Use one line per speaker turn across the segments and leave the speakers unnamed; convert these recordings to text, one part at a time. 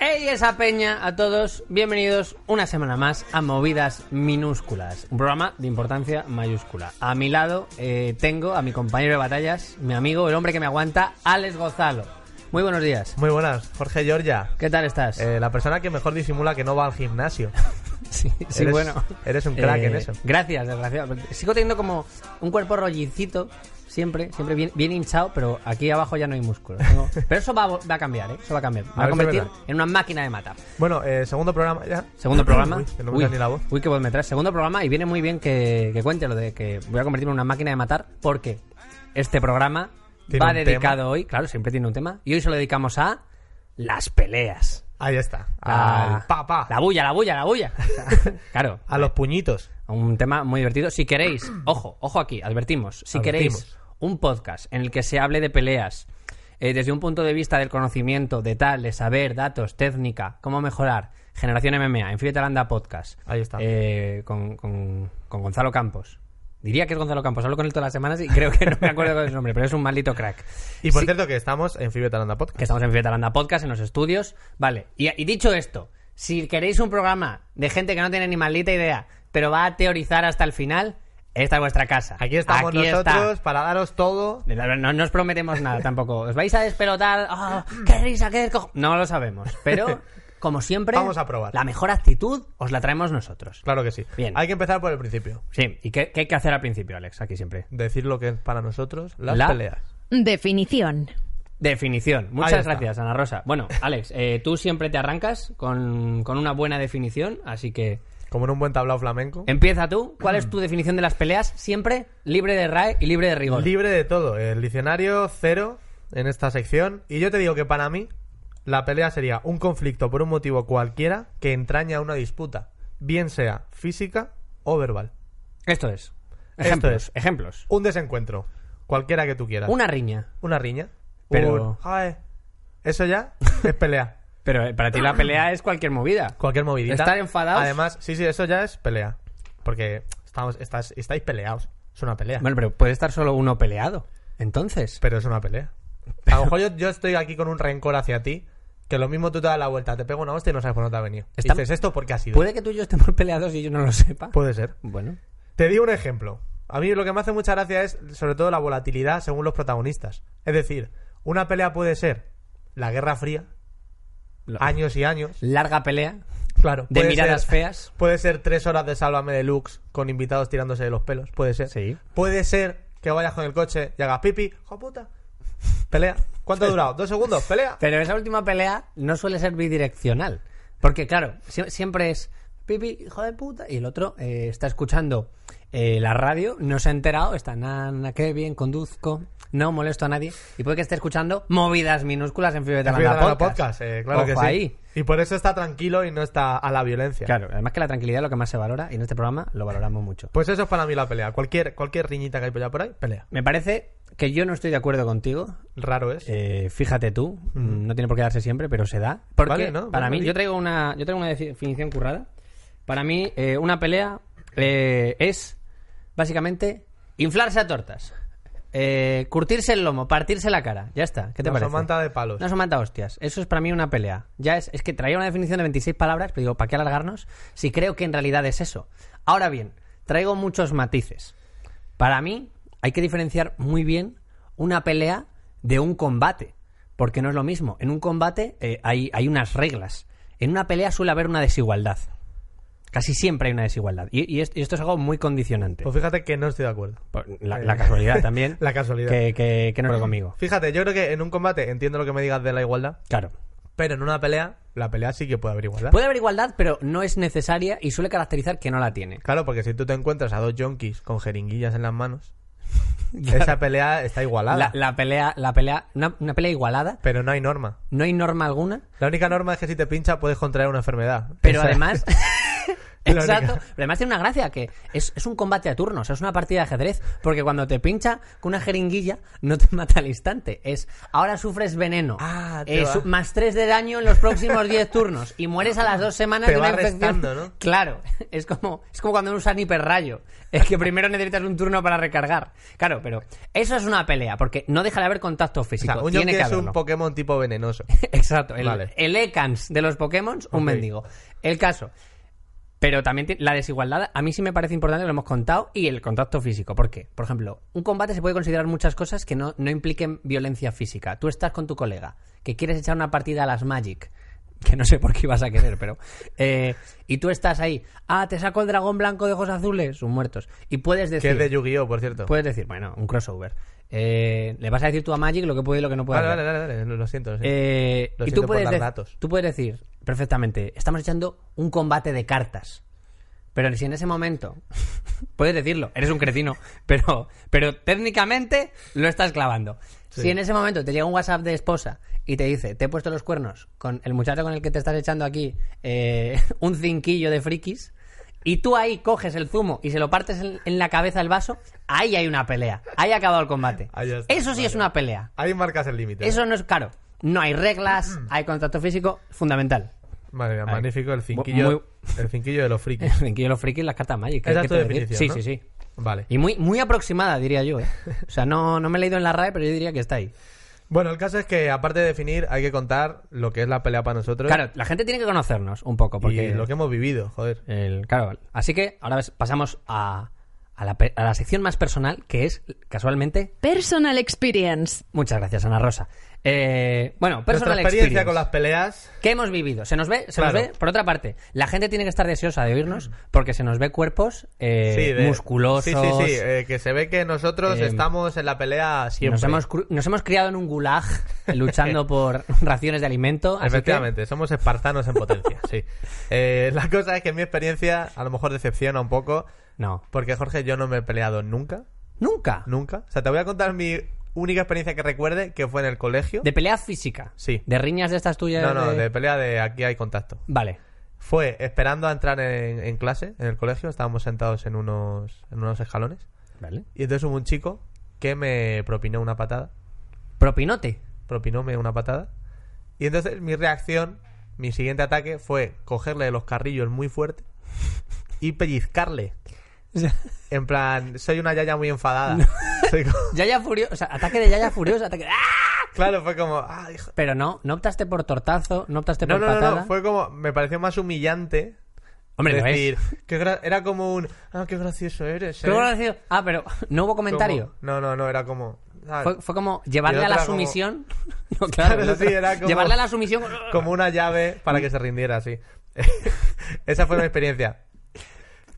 ¡Hey esa peña! A todos, bienvenidos una semana más a Movidas Minúsculas, un programa de importancia mayúscula. A mi lado eh, tengo a mi compañero de batallas, mi amigo, el hombre que me aguanta, Alex Gozalo. Muy buenos días.
Muy buenas, Jorge Giorgia.
¿Qué tal estás?
Eh, la persona que mejor disimula que no va al gimnasio.
sí, sí,
eres-
bueno. Eh,
eres un crack en eso.
Gracias, desgraciado. Sigo teniendo como un cuerpo rollicito, siempre, siempre bien, bien hinchado, pero aquí abajo ya no hay músculo. Tengo- Pero eso va, a vo- va a cambiar, ¿eh? Eso va a cambiar. Me va
A
a
ver si es
convertir
verdad.
en una máquina de matar.
Bueno, eh, segundo programa ya.
Segundo programa.
Uy, que no me sale ni la voz.
uy, qué voz me traes. Segundo programa y viene muy bien que, que cuente lo de que voy a convertirme en una máquina de matar porque este programa
Tiene
va
un
dedicado
tema.
hoy, claro, siempre tiene un tema, y hoy se lo dedicamos a las peleas.
Ahí está.
La-
Al papá.
La bulla, la bulla, la bulla. claro,
A los puñitos.
un tema muy divertido. Si queréis, ojo, ojo aquí, advertimos. Si
Advertimos.
queréis un podcast en el que se hable de peleas eh, desde un punto de vista del conocimiento, de tal, de saber, datos, técnica, cómo mejorar, Generación MMA, en Fibetalanda Podcast,
Ahí está.
eh, con, con- con Gonzalo Campos. Diría que es Gonzalo Campos, hablo con él todas las semanas y creo que no me acuerdo con su nombre, pero es un maldito crack.
Y por
Sí,
cierto que estamos en Fibetalanda Podcast.
que estamos en Fibetalanda Podcast, en los estudios. Vale, y, y dicho esto, si queréis un programa de gente que no tiene ni maldita idea, pero va a teorizar hasta el final, esta es vuestra casa.
Aquí estamos
Aquí está.
nosotros para daros todo.
No, no os prometemos nada tampoco. Os vais a despelotar. ¡Ah, ¡Qué risa, qué descojo! No lo sabemos. Pero, como siempre,
Vamos a probar.
la mejor actitud os la traemos nosotros.
Claro que sí.
Bien.
Hay que empezar por el principio.
Sí, ¿y qué, qué hay que hacer al principio, Alex? Aquí siempre.
Decir lo que es para nosotros las
La-
peleas.
Definición.
Definición.
Ahí
Muchas
está.
gracias, Ana Rosa. Bueno, Alex, eh, tú siempre te arrancas con, con una buena definición, así que
Como en un buen tablao flamenco.
empieza tú. ¿Cuál es tu definición de las peleas? Siempre libre de RAE y libre de rigor.
Libre de todo. El diccionario cero en esta sección. Y yo te digo que para mí la pelea sería un conflicto por un motivo cualquiera que entraña una disputa, bien sea física o verbal.
Esto es.
Esto
Ejemplos.
es.
Ejemplos.
Un desencuentro, cualquiera que tú quieras.
Una riña.
Una riña.
Pero-
Un, "Joder", Eso ya es pelea.
Pero eh, para ti la pelea es cualquier movida.
Cualquier movidita.
Estar enfadados.
Además, sí, sí, eso ya es pelea. Porque estamos, estás, estáis peleados. Es una pelea.
Bueno, pero puede estar solo uno peleado. Entonces.
Pero es una pelea. A lo mejor yo, yo estoy aquí con un rencor hacia ti, que lo mismo tú te das la vuelta, te pego una hostia y no sabes por dónde te ha venido.
Está-
Dices esto porque ha sido.
Puede que tú y yo estemos peleados y yo no lo sepa.
Puede ser.
Bueno.
Te digo un ejemplo. A mí lo que me hace mucha gracia es, sobre todo, la volatilidad según los protagonistas. Es decir, una pelea puede ser la Guerra Fría,
lo-
años y años.
Larga pelea.
Claro.
De
puede
miradas
ser-
feas.
Puede ser tres horas de Sálvame Deluxe con invitados tirándose de los pelos. Puede ser.
Sí.
Puede ser que vayas con el coche y hagas pipi. ¡Jo puta! Pelea. ¿Cuánto ha durado? ¿Dos segundos? ¡Pelea!
Pero esa última pelea no suele ser bidireccional. Porque, claro, sie- siempre es pipi, hijo de puta, y el otro eh, está escuchando eh, la radio, no se ha enterado, está nana, qué bien, conduzco, no molesto a nadie, y puede que esté escuchando movidas minúsculas en Fibra de
Fibra
Talanda
Talanda Podcast, eh, claro
Ojo
que sí.
ahí.
Y por eso está tranquilo y no está a la violencia.
Claro, además que la tranquilidad es lo que más se valora, y en este programa lo valoramos mucho.
Pues eso es para mí la pelea. Cualquier, cualquier riñita que hay por allá por ahí, pelea.
Me parece que yo no estoy de acuerdo contigo,
Raro es.
Eh, fíjate tú, mm, no tiene por qué darse siempre, pero se da. Porque
Vale, ¿no?
para
Vale,
mí,
vale.
yo traigo una, yo traigo una definición currada. Para mí, eh, una pelea eh, es básicamente inflarse a tortas, eh, curtirse el lomo, partirse la cara. Ya está. ¿Qué te
Una
parece?
somanta de palos.
Una somanta de hostias. Eso es para mí una pelea. Ya es, es que traía una definición de 26 palabras, pero digo, ¿para qué alargarnos? Si creo que en realidad es eso. Ahora bien, traigo muchos matices. Para mí, hay que diferenciar muy bien una pelea de un combate. Porque no es lo mismo. En un combate eh, hay, hay unas reglas. En una pelea suele haber una desigualdad. Casi siempre hay una desigualdad. Y, y es- y esto es algo muy condicionante.
Pues fíjate que no estoy de acuerdo.
Por La, la casualidad también.
La casualidad. Pues,
Que, que, que no lo conmigo.
Fíjate, yo creo que en un combate entiendo lo que me digas de la igualdad,
Claro.
Pero en una pelea, la pelea sí que puede haber igualdad.
Puede haber igualdad, pero no es necesaria y suele caracterizar que no la tiene.
Claro, porque si tú te encuentras a dos yonkis con jeringuillas en las manos, esa pelea está igualada.
La, la pelea, la pelea, una, una pelea igualada,
Pero no hay norma.
no hay norma alguna,
La única norma es que si te pincha puedes contraer una enfermedad.
pero
Esa-
además.
Es la
Exacto.
única.
Pero además tiene una gracia que es, es un combate a turnos, es una partida de ajedrez, porque cuando te pincha con una jeringuilla no te mata al instante, es ahora sufres veneno,
Ah, te
eh,
va.
su- más 3 de daño en los próximos 10 turnos y mueres a las dos semanas
Te
de una
va
infección.
restando, ¿no?
Claro, es como es como cuando usas hiperrayo, es que primero necesitas un turno para recargar. Claro, pero eso es una pelea, porque no deja de haber contacto
O
físico,
sea, un
tiene
yonki
que
es un
haberlo.
Pokémon tipo venenoso.
Exacto, el,
Vale.
el Ekans de los Pokémon, un
Ok.
mendigo. El caso. Pero también ti- la desigualdad, a mí sí me parece importante, lo hemos contado, y el contacto físico. ¿Por qué? Por ejemplo, un combate se puede considerar muchas cosas que no, no impliquen violencia física. Tú estás con tu colega, que quieres echar una partida a las Magic, que no sé por qué ibas a querer, pero... eh, y tú estás ahí, ah, te saco el dragón blanco de ojos azules, sus muertos. Y puedes
que
decir...
es de Yu-Gi-Oh, por cierto.
Puedes decir, bueno, un crossover. Eh, le vas a decir tú a Magic lo que puede y lo que no puede.
vale,
hacer.
vale, vale, vale, lo siento. Lo siento.
pues Eh,
Lo
y
siento
tú
por
puedes,
dar
dec-
datos.
tú puedes decir perfectamente, estamos echando un combate de cartas. Pero si en ese momento, puedes decirlo, eres un cretino, pero, pero técnicamente lo estás clavando.
Sí.
Si en ese momento te llega un WhatsApp de esposa y te dice, te he puesto los cuernos con el muchacho con el que te estás echando aquí eh, un cinquillo de frikis, y tú ahí coges el zumo y se lo partes en, en la cabeza el vaso, ahí hay una pelea, ahí ha acabado el combate.
Ahí ya está,
Eso sí
vale.
es una pelea.
Ahí marcas el límite.
Eso no es caro. No hay reglas,
Mm.
hay contacto físico, fundamental.
Madre mía,
Ahí.
magnífico el
Muy-
cinquillo, el cinquillo de los frikis.
Aquí los frikis, las cartas Magic. ¿qué-
Esa
qué
es tu
te voy a decir?
definición,
Sí,
¿no?
sí, sí.
Vale.
Y muy, muy aproximada, diría yo. ¿eh? O sea, no, no me he leído en la RAE, pero yo diría que está ahí.
Bueno, el caso es que aparte de definir, hay que contar lo que es la pelea para nosotros
Claro, la gente tiene que conocernos un poco. Porque
y lo que hemos vivido, joder.
el- claro, así que ahora ves- pasamos a, a la, pe- a la sección más personal, que es, casualmente,
Personal Experience.
muchas gracias, Ana Rosa. Eh, bueno,
Nuestra
personal
experiencia
experience.
con las peleas.
¿Qué hemos vivido? Se nos ve, se nos
Claro.
ve. Por otra parte, la gente tiene que estar deseosa de oírnos porque se nos ve cuerpos eh,
sí, de-
musculosos.
Sí, sí, sí. eh, que se ve que nosotros
Eh,
estamos en la pelea siempre.
Nos hemos, cru- nos hemos criado en un gulag luchando por raciones de alimento. así que-
Efectivamente, somos espartanos en potencia, sí. Eh, la cosa es que mi experiencia a lo mejor decepciona un poco,
no.
porque Jorge, yo no me he peleado nunca,
Nunca.
nunca. O sea, te voy a contar mi única experiencia que recuerde, que fue en el colegio.
De pelea física.
Sí.
De riñas de estas tuyas.
no, no,
de-
de pelea de aquí hay contacto.
Vale.
Fue esperando a entrar en, en clase, en el colegio, estábamos sentados en unos, en unos escalones,
Vale.
y entonces hubo un chico que me propinó una patada,
Propinote.
propinóme una patada, y entonces mi reacción, mi siguiente ataque fue cogerle de los carrillos muy fuerte y pellizcarle. En plan, soy una yaya muy enfadada. Soy como-
Yaya furioso. O sea, ataque de Yaya furioso. Ataque... ¡Ah!
claro, fue como, "Ah, hijo".
Pero no, no optaste por tortazo, no optaste
No,
por
no, no,
patada.
no, fue como, me pareció más humillante.
Hombre, lo es.
decir, "Qué gra- era como un, ah, qué gracioso eres.
Qué
¿eh?".
gracioso. Ah, pero no hubo comentario.
Como- no, no, no, era como. ah,
Fue, fue como llevarle
Y
a la
otra como-
sumisión. No,
Claro,
el otro-
sí, era como-
Llevarle a la sumisión.
Como una llave para que se rindiera, así. Esa fue mi experiencia.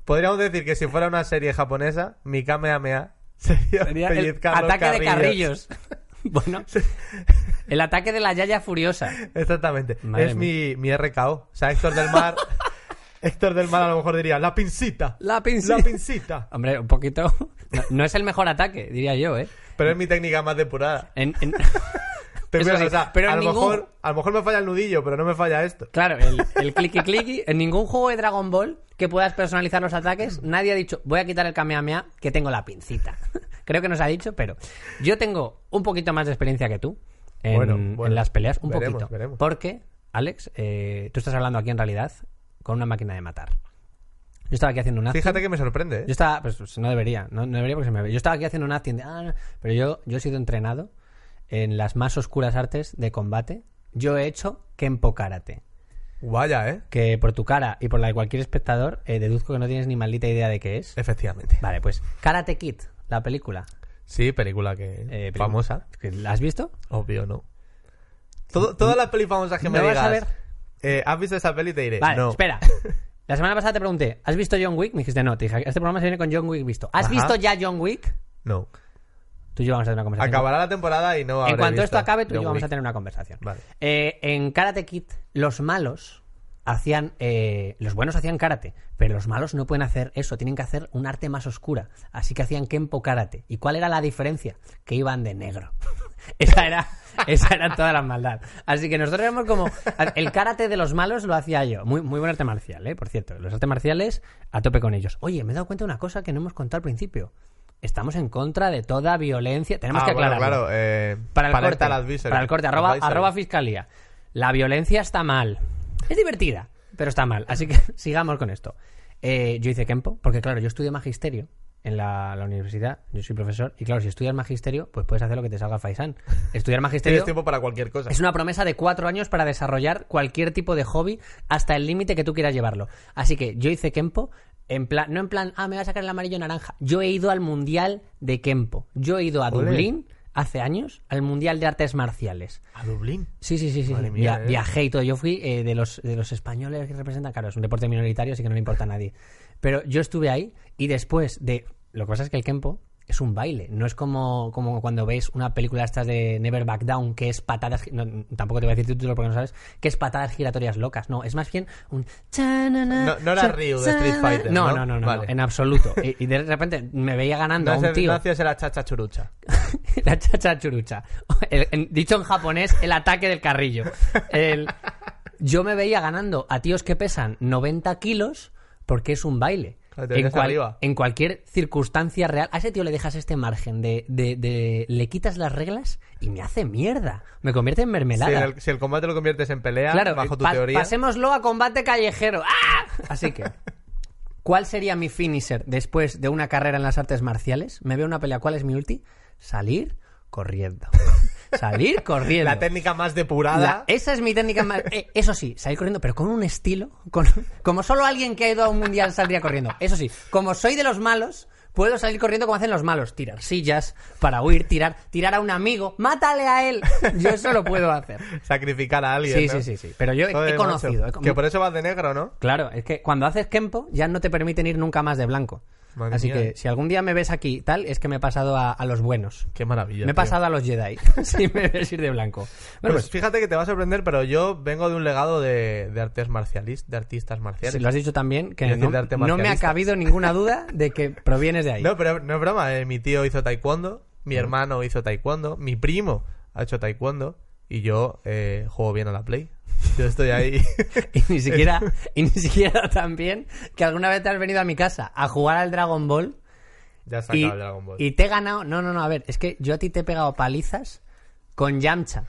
Podríamos decir que si fuera una serie japonesa, mi Kamehameha sería,
Sería el
pellizcar los
ataque de carrillos. bueno, el ataque de la Yaya furiosa.
Exactamente.
Madre
es mi, mi RKO. O sea, Héctor del Mar. Héctor del Mar a lo mejor diría, la pincita.
La pincita".
La pincita.
Hombre, un poquito. No, no es el mejor ataque, diría yo, ¿eh?
Pero es mi técnica más depurada.
En- en-
Te
Eso
juro,
sí,
o sea,
pero
a,
en
lo
ningún-
mejor, a lo mejor me falla el nudillo, pero no me falla esto.
Claro, el, el clicky clicky. En ningún juego de Dragon Ball que puedas personalizar los ataques, nadie ha dicho, voy a quitar el Kamehameha que tengo la pincita. Creo que nos ha dicho, pero yo tengo un poquito más de experiencia que tú en,
Bueno,
en
bueno,
las peleas. Un
veremos,
poquito.
veremos.
Porque, Alex, eh, tú estás hablando aquí en realidad con una máquina de matar. Yo estaba aquí haciendo una.
Fíjate que me sorprende, ¿eh?
Ah. Yo estaba, pues, pues, no debería, no, no debería porque se me ve. Yo estaba aquí haciendo una acting de, "Ah, no", pero yo, yo he sido entrenado en las más oscuras artes de combate. Yo he hecho Kenpo Karate.
Vaya, ¿eh?
Que por tu cara y por la de cualquier espectador, eh, deduzco que no tienes ni maldita idea de qué es.
Efectivamente.
Vale, pues Karate Kid, la película.
Sí, película que
eh, peli-
famosa.
¿La has visto?
Obvio, no. Todo- todas las pelis famosas que me
¿No vas
digas.
a ver?
eh, ¿Has visto esa peli? Te diré.
Vale,
no.
espera. La semana pasada te pregunté, ¿has visto John Wick? Me dijiste no, te dije, este programa se viene con John Wick visto. ¿Has
Ajá.
visto ya John Wick?
No.
Tú y yo vamos a tener una conversación.
Acabará la temporada y no habré
en cuanto
visto
esto acabe, tú y
The
yo vamos
Wick.
a tener una conversación.
Vale.
Eh, en Karate Kid, los malos hacían. eh, los buenos hacían karate, pero los malos no pueden hacer eso, tienen que hacer un arte más oscura. Así que hacían Kenpo Karate. ¿Y cuál era la diferencia? Que iban de negro. esa era. Esa era toda la maldad. Así que nosotros éramos como. El karate de los malos lo hacía yo. Muy, muy buen arte marcial, ¿eh? Por cierto, los artes marciales a tope con ellos. Oye, me he dado cuenta de una cosa que no hemos contado al principio. Estamos en contra de toda violencia. Tenemos
Ah,
que
bueno,
aclararlo
claro. eh,
para el
parental
corte.
advisory.
Para el corte, arroba,
Advisory.
arroba fiscalía. La violencia está mal. Es divertida, pero está mal. Así que sigamos con esto. Eh, yo hice Kempo, porque claro, yo estudié magisterio en la, la universidad, yo soy profesor, y claro, si estudias magisterio, pues puedes hacer lo que te salga faisán. Estudiar magisterio
Tienes tiempo para cualquier cosa.
es una promesa de cuatro años para desarrollar cualquier tipo de hobby hasta el límite que tú quieras llevarlo. Así que yo hice Kempo. En plan, no en plan, ah, me va a sacar el amarillo naranja. Yo he ido al Mundial de Kempo. Yo he ido a
Ole.
Dublín hace años, al Mundial de Artes Marciales.
A Dublín.
Sí, sí, sí, sí.
Madre
sí.
mía,
Via-
eh.
Viajé y todo. Yo fui eh, de, los, de los españoles que representan. Claro, es un deporte minoritario, así que no le importa a nadie. Pero yo estuve ahí y después de. Lo que pasa es que el Kempo es un baile. No es como, como cuando veis una película estas de Never Back Down, que es patadas. gi- no, tampoco te voy a decir título porque no sabes. Que es patadas giratorias locas. No, es más bien un.
No, no era Ryu de Street Fighter.
No,
No,
no, no, no,
Vale.
en absoluto. Y, y de repente me veía ganando
No,
a un
ese-
tío.
no hacías la chacha churucha.
La chacha churucha. El- en- dicho en japonés, el ataque del carrillo. El- yo me veía ganando a tíos que pesan 90 kilos porque es un baile.
Claro, te veías arriba.
en cualquier circunstancia real, a ese tío le dejas este margen de, de- de- Le quitas las reglas y me hace mierda. Me convierte en
Si
mermelada.
el, si el combate lo conviertes en pelea,
Claro,
bajo tu
pa-
teoría.
pasémoslo a combate callejero. ¡Ah! Así que, ¿cuál sería mi finisher después de una carrera en las artes marciales? Me veo una pelea, ¿cuál es mi ulti? Salir corriendo. salir corriendo.
La técnica más
La- E.
depurada.
esa es mi técnica más... eh, eso sí, salir corriendo, pero con un estilo, con- como solo alguien que ha ido a un mundial saldría corriendo. Eso sí, como soy de los malos, puedo salir corriendo como hacen los malos, tirar sillas para huir, tirar, tirar a un amigo, mátale a él. Yo eso lo puedo hacer.
Sacrificar a alguien.
Sí,
¿no?
sí, sí, sí. Pero yo he-
Joder,
he
macho.
conocido. he con-
Que por eso vas de negro, ¿no?
Claro, es que cuando haces Kempo ya no te permiten ir nunca más de blanco.
Madre
Así
mía, eh.
que si algún día me ves aquí y tal, es que me he pasado a, a los buenos.
Qué maravilla.
me he
tío.
pasado a los Jedi. si me ves ir de blanco. Bueno,
pues,
pues,
fíjate que te va a sorprender, pero yo vengo de un legado de, de artes marcialis, de artistas marciales.
si lo has dicho también, que no,
Quiero decir, de arte
no me ha
marcialista.
cabido ninguna duda de que provienes de ahí.
No, pero no es broma. eh, Mi tío hizo taekwondo, mi hermano hizo taekwondo, mi primo ha hecho taekwondo y yo eh, juego bien a la play. Yo estoy ahí.
Y ni siquiera, y ni siquiera también que alguna vez te has venido a mi casa a jugar al Dragon Ball
ya se
y,
acaba el Dragon Ball.
y te he ganado. No, no, no, a ver, es que yo a ti te he pegado palizas con Yamcha.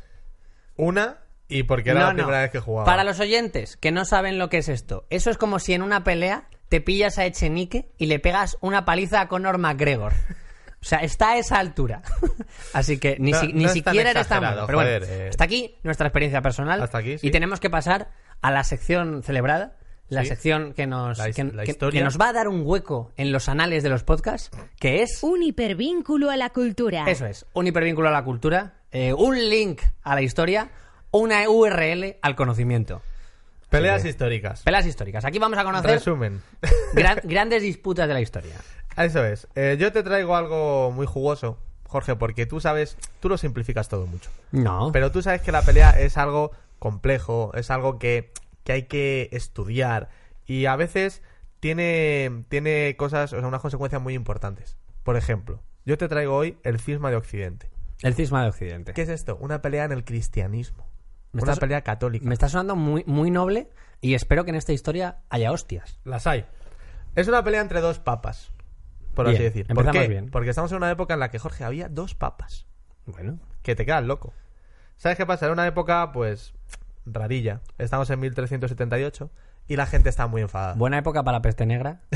Una, y porque era
No,
la
no.
primera vez que jugaba.
Para los oyentes que no saben lo que es esto, eso es como si en una pelea te pillas a Echenique y le pegas una paliza a Conor McGregor. O sea, está a esa altura. Así que ni,
No,
si- ni
no es tan
siquiera eres tan
exagerado,
malo. Pero bueno,
joder, eh.
hasta aquí nuestra experiencia personal.
Hasta aquí, sí.
Y tenemos que pasar a la sección celebrada. La
Sí.
sección que nos,
La his-
que-
la
que-
historia.
que nos va a dar un hueco en los anales de los podcasts, que es
Un hipervínculo a la cultura.
eso es, un hipervínculo a la cultura, eh, un link a la historia, una URL al conocimiento.
Peleas históricas.
Pelas históricas. Aquí vamos a conocer
Resumen.
gran- grandes disputas de la historia.
Eso es. Eh, yo te traigo algo muy jugoso, Jorge, porque tú sabes, tú lo simplificas todo mucho.
No.
Pero tú sabes que la pelea es algo complejo, es algo que, que hay que estudiar y a veces tiene, tiene cosas, o sea, unas consecuencias muy importantes. Por ejemplo, yo te traigo hoy el cisma de Occidente.
El cisma de Occidente.
¿Qué es esto? Una pelea en el cristianismo.
Me
Una
estás-
pelea católica.
Me está sonando muy, muy noble y espero que en esta historia haya hostias.
Las hay. Es una pelea entre dos papas, por así
Bien,
decir. ¿Por
empezamos
qué?
bien.
Porque estamos en una época en la que, Jorge, había dos papas.
Bueno.
que te quedas loco. ¿Sabes qué pasa? Era una época, pues, rarilla. Estamos en 1378 y la gente está muy enfadada.
Buena época para la peste negra.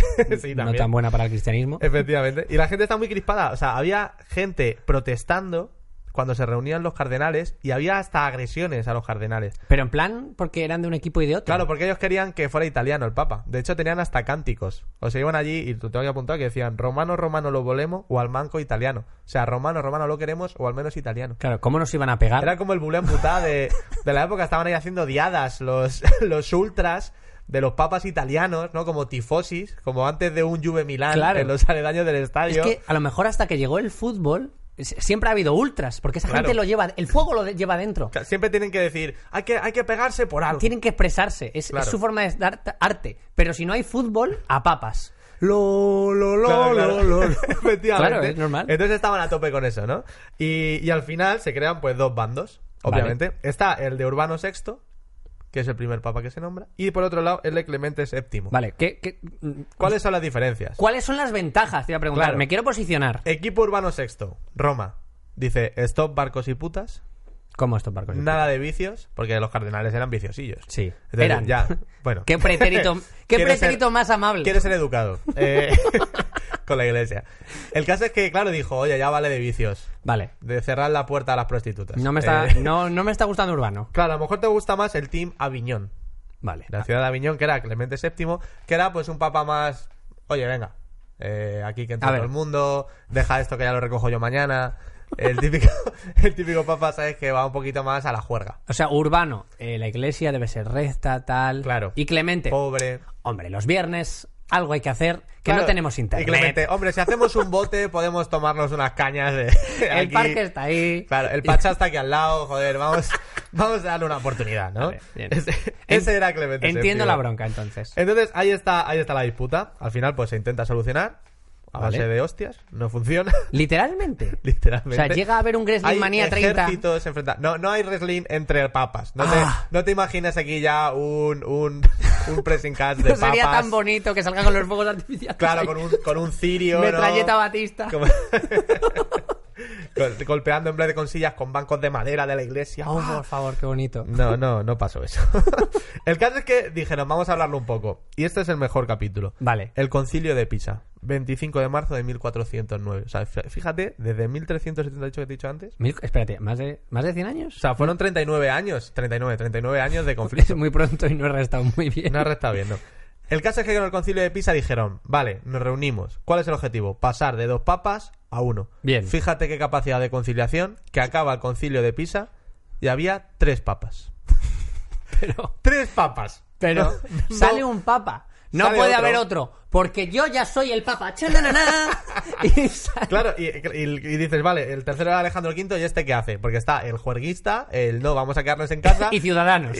no
Sí, también. Eh,
tan buena para el cristianismo.
Efectivamente. Y la gente está muy crispada. O sea, había gente protestando cuando se reunían los cardenales y había hasta agresiones a los cardenales.
Pero en plan, porque eran de un equipo y de otro.
Claro, porque ellos querían que fuera italiano el Papa. De hecho, tenían hasta cánticos. O sea, iban allí y te tengo que apuntar que decían romano, romano lo volemos o al manco italiano. O sea, romano, romano lo queremos o al menos italiano.
Claro, ¿cómo nos iban a pegar?
Era como el bulé putada de, de la época. Estaban ahí haciendo diadas los, los ultras de los papas italianos, ¿no? Como tifosis, como antes de un Juve Milán
Claro.
en los aledaños del
Es
estadio.
que a lo mejor hasta que llegó el fútbol s- siempre ha habido ultras, porque esa
Claro.
gente lo lleva, el fuego lo de- lleva dentro.
O sea, siempre tienen que decir, hay que, hay que pegarse por algo.
Tienen que expresarse, es, es
Claro.
su forma de dar t- arte. Pero si no hay fútbol, a papas.
Lo, lo, lo,
Claro, claro.
lo, lo, lo. Efectivamente.
Claro, es normal.
Entonces estaban a tope con eso, ¿no? Y, y al final se crean pues dos bandos,
Vale.
obviamente. Está el de Urbano VI, que es el primer papa que se nombra, y por otro lado el de Clemente VII.
Vale, ¿qué, qué-
¿Cuáles son las diferencias?
cuáles son las ventajas? Te iba a preguntar,
Claro.
me quiero posicionar.
Equipo Urbano VI, Roma. Dice, stop barcos y putas,
¿Cómo esto, Marcos?
nada de vicios, porque los cardenales eran viciosillos.
Sí,
Entonces,
eran.
Ya, bueno.
Qué pretérito, qué
Quiere ser-
pretérito más amable.
Quiere ser educado eh, con la iglesia. El caso es que, claro, dijo, oye, ya vale de vicios.
Vale,
De cerrar la puerta a las prostitutas.
no me, está,
Eh,
no, no me está gustando Urbano.
Claro, a lo mejor te gusta más el team Aviñón.
Vale.
La ciudad de Aviñón, que era Clemente VII, que era pues un papa más... Oye, venga, eh, aquí que entra
A ver.
todo el mundo, deja esto que ya lo recojo yo mañana. El típico, el típico papa, ¿sabes? Que va un poquito más a la juerga.
O sea, Urbano, eh, la iglesia debe ser recta, tal.
Claro.
Y Clemente,
Pobre.
hombre, los viernes algo hay que hacer que
Claro,
no tenemos internet.
Y Clemente, hombre, si hacemos un bote podemos tomarnos unas cañas de...
El
aquí.
parque está ahí.
Claro, el Pachá está aquí al lado, joder, vamos, vamos a darle una oportunidad, ¿no?
Vale, bien.
Ese,
En-
ese era Clemente.
Entiendo
VII.
la bronca entonces.
Entonces, ahí está, ahí está la disputa. Al final, pues se intenta solucionar. A
Vale.
base de hostias, no funciona.
Literalmente.
Literalmente.
O sea, llega a haber un Wrestling
Hay
Manía 30.
ejércitos enfrentados. No, no hay wrestling entre papas. No,
Ah.
te, no te imaginas aquí ya un, un, un pressing catch de
No sería
papas.
tan bonito que salga con los fuegos artificiales.
Claro, con un, con un cirio. ¿no?
Metralleta Batista.
Como- Gol- Golpeando en vez de con sillas con bancos de madera de la iglesia.
Oh,
¡Ah!
por favor, qué bonito.
No, no, no pasó eso. el caso es que dijeron, vamos a hablarlo un poco. Y este es el mejor capítulo.
Vale.
El concilio de Pisa, 25 de marzo de 1409. O sea, f- fíjate, desde 1378 que te he dicho antes.
Mil- espérate, ¿más de, ¿más de 100 años?
O sea, fueron 39 años, 39, 39 años de conflicto.
es muy pronto y no he restado muy bien.
No resta bien, no. El caso es que con el concilio de Pisa dijeron, vale, nos reunimos. ¿Cuál es el objetivo? Pasar de dos papas a uno.
Bien.
Fíjate qué capacidad de conciliación, que acaba el concilio de Pisa y había tres papas.
Pero,
¡Tres papas!
pero
No.
sale un papa. No
Sale
puede
otro.
haber otro. Porque yo ya soy el papa. Chananana. Y sale-
Claro, y, y- y dices, vale, el tercero era Alejandro V y este qué hace? Porque está el juerguista, el no, vamos a quedarnos en casa.
Y ciudadanos.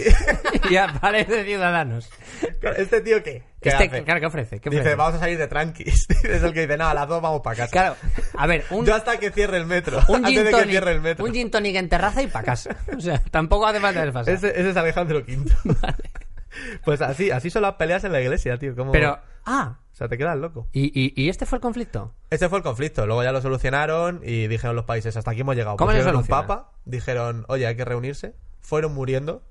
y aparece ciudadanos.
¿Este tío qué? ¿Qué
Este,
hace?
claro, ¿qué ofrece? ¿Qué
Dice,
ofrece?
vamos a salir de tranquis. es el que dice, no, a las dos vamos para casa.
Claro, a ver, un,
Yo hasta que cierre el metro.
un
antes
gin
de que
tonic,
cierre el metro.
un gin tonic en terraza y para casa. O sea, tampoco hace falta desfasar.
Ese, ese es Alejandro V. Pues así, así son las peleas en la iglesia, tío. Como...
Pero, ah,
O sea, te quedas loco.
¿y, y, y este fue el conflicto?
Ese fue el conflicto. Luego ya lo solucionaron y dijeron los países, hasta aquí hemos llegado.
¿Cómo lo
Pusieron un
solucionan?
papa, dijeron, oye, hay que reunirse. Fueron muriendo.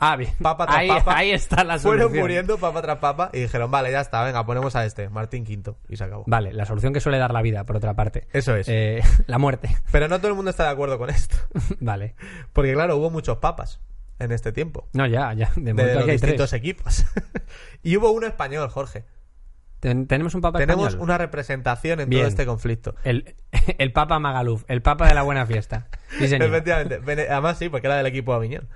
Ah, bien.
Papa tras
ahí,
papa.
ahí está la solución.
Fueron muriendo papa tras papa y dijeron, vale, ya está, venga, ponemos a este, Martín V. Y se acabó.
Vale, la solución que suele dar la vida, por otra parte.
Eso es.
Eh, la muerte.
Pero no todo el mundo está de acuerdo con esto.
vale.
Porque claro, hubo muchos papas en este tiempo.
No, ya, ya. De
De
momento
los
aquí hay
distintos
tres.
equipos. y hubo uno español, Jorge.
Ten- tenemos un papa
Tenemos
español.
una representación en
Bien.
todo este conflicto.
El, el papa Magaluf, el papa de la buena fiesta. Sí, señor.
Efectivamente. Bene- Además, sí, porque era del equipo de Aviñón.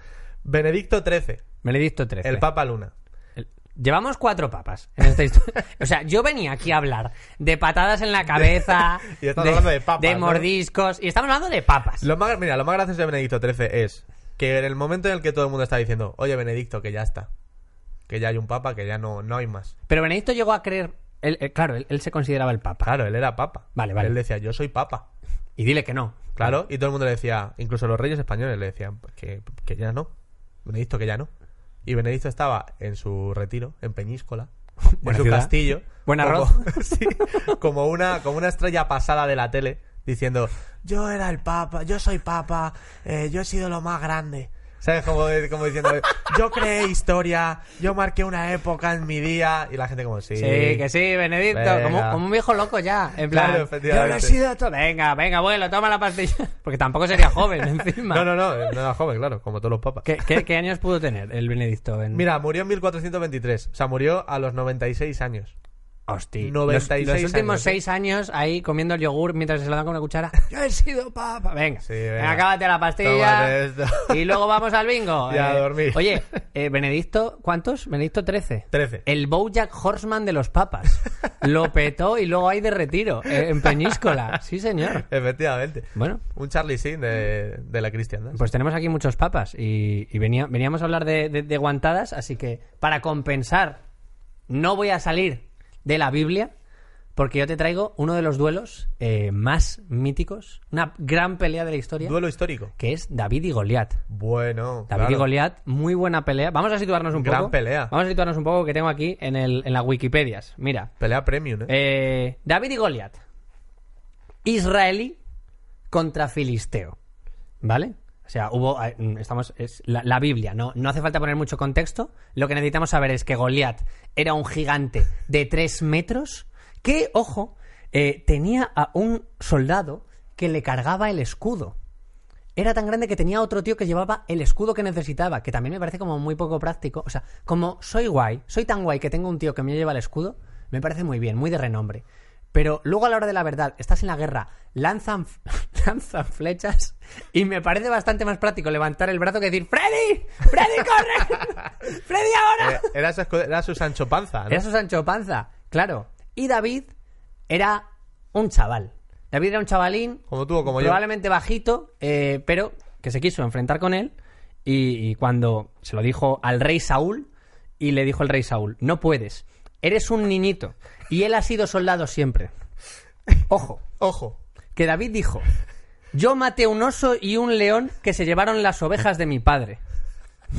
Benedicto XIII,
Benedicto XIII.
el Papa Luna.
El- Llevamos cuatro papas en esta historia. O sea, yo venía aquí a hablar de patadas en la cabeza,
Y estamos hablando de papas,
de
¿no?
mordiscos, y estamos hablando de papas.
Lo más, mira, lo más gracioso de Benedicto XIII es que en el momento en el que todo el mundo está diciendo, oye, Benedicto, que ya está, que ya hay un Papa, que ya no, no hay más.
Pero Benedicto llegó a creer. él- él- claro, él, él se consideraba el papa.
Claro, él era Papa.
Vale, vale.
Él decía, yo soy Papa.
Y dile que no.
Claro, y todo el mundo le decía, incluso los reyes españoles le decían, "Pues que, que ya no. Benedicto, que ya no. Y Benedicto estaba en su retiro, en Peñíscola, en
Buena
su
ciudad.
castillo.
Buen
como-
arroz.
sí, como una, como una estrella pasada de la tele, diciendo, yo era el papa, yo soy papa, eh, yo he sido lo más grande. ¿Sabes? Como, de- como diciendo, yo creé historia, yo marqué una época en mi día. Y la gente como, sí.
Sí, que sí, Benedicto.
Venga.
Como, como un viejo loco ya. En plan,
Claro, efectivamente.
yo no he sido to- Venga, venga, abuelo, toma la pastilla. Porque tampoco sería joven, encima.
No, no, no, eh, no era joven, claro, como todos los papas.
¿Qué, qué, qué años Mm. pudo tener el Benedicto? En...
Mira, murió en 1423. O sea, murió a los 96 años.
Hostia.
96
los, los últimos
años, ¿eh?
seis años ahí comiendo el yogur mientras se lo dan con una cuchara. Yo he sido papa. Venga,
Sí, venga.
acábate la
Tómate
pastilla.
esto.
Y luego vamos al bingo.
Y a dormir.
Oye, eh, Benedicto, ¿cuántos? Benedicto 13.
13.
El Bojack Horseman de los papas. Lo petó y luego hay de retiro, eh, en Peñíscola. Sí, señor.
Efectivamente.
Bueno.
Un Charlie Sin de, de la cristiandad.
Pues tenemos aquí muchos papas y, y venía- veníamos a hablar de, de- de guantadas, así que para compensar, no voy a salir de la Biblia porque yo te traigo uno de los duelos eh, más míticos, una gran pelea de la historia,
Duelo histórico.
que es David y Goliat.
Bueno.
David y
claro.
Goliat, muy buena pelea. Vamos a situarnos un
Gran
poco.
pelea.
Vamos a situarnos un poco que tengo aquí en, el, en la Wikipedias. Mira,
Pelea premium, ¿eh?
eh, David y Goliat. Israelí contra filisteo. ¿Vale? O sea, hubo. eh, mm, Estamos. Es la, la Biblia, ¿no? No hace falta poner mucho contexto. Lo que necesitamos saber es que Goliat era un gigante de 3 metros que, ojo, eh, tenía a un soldado que le cargaba el escudo. Era tan grande que tenía otro tío que llevaba el escudo que necesitaba, que también me parece como muy poco práctico. O sea, como soy guay, soy tan guay que tengo un tío que me lleva el escudo, me parece muy bien, muy de renombre. Pero luego a la hora de la verdad, estás en la guerra, lanzan, lanzan flechas y me parece bastante más práctico levantar el brazo que decir, ¡Freddy! ¡Freddy, corre! ¡Freddy ahora!
Eh, Era, su, escu- era su Sancho Panza, ¿no?
Era su Sancho Panza, claro. Y David era un chaval. David era un chavalín.
Como tú o como yo.
Probablemente bajito, eh, pero que se quiso enfrentar con él. Y, y cuando se lo dijo al rey Saúl, y le dijo el rey Saúl: No puedes, eres un niñito. Y él ha sido soldado siempre. Ojo,
Ojo.
que David dijo: Yo maté un oso y un león que se llevaron las ovejas de mi padre.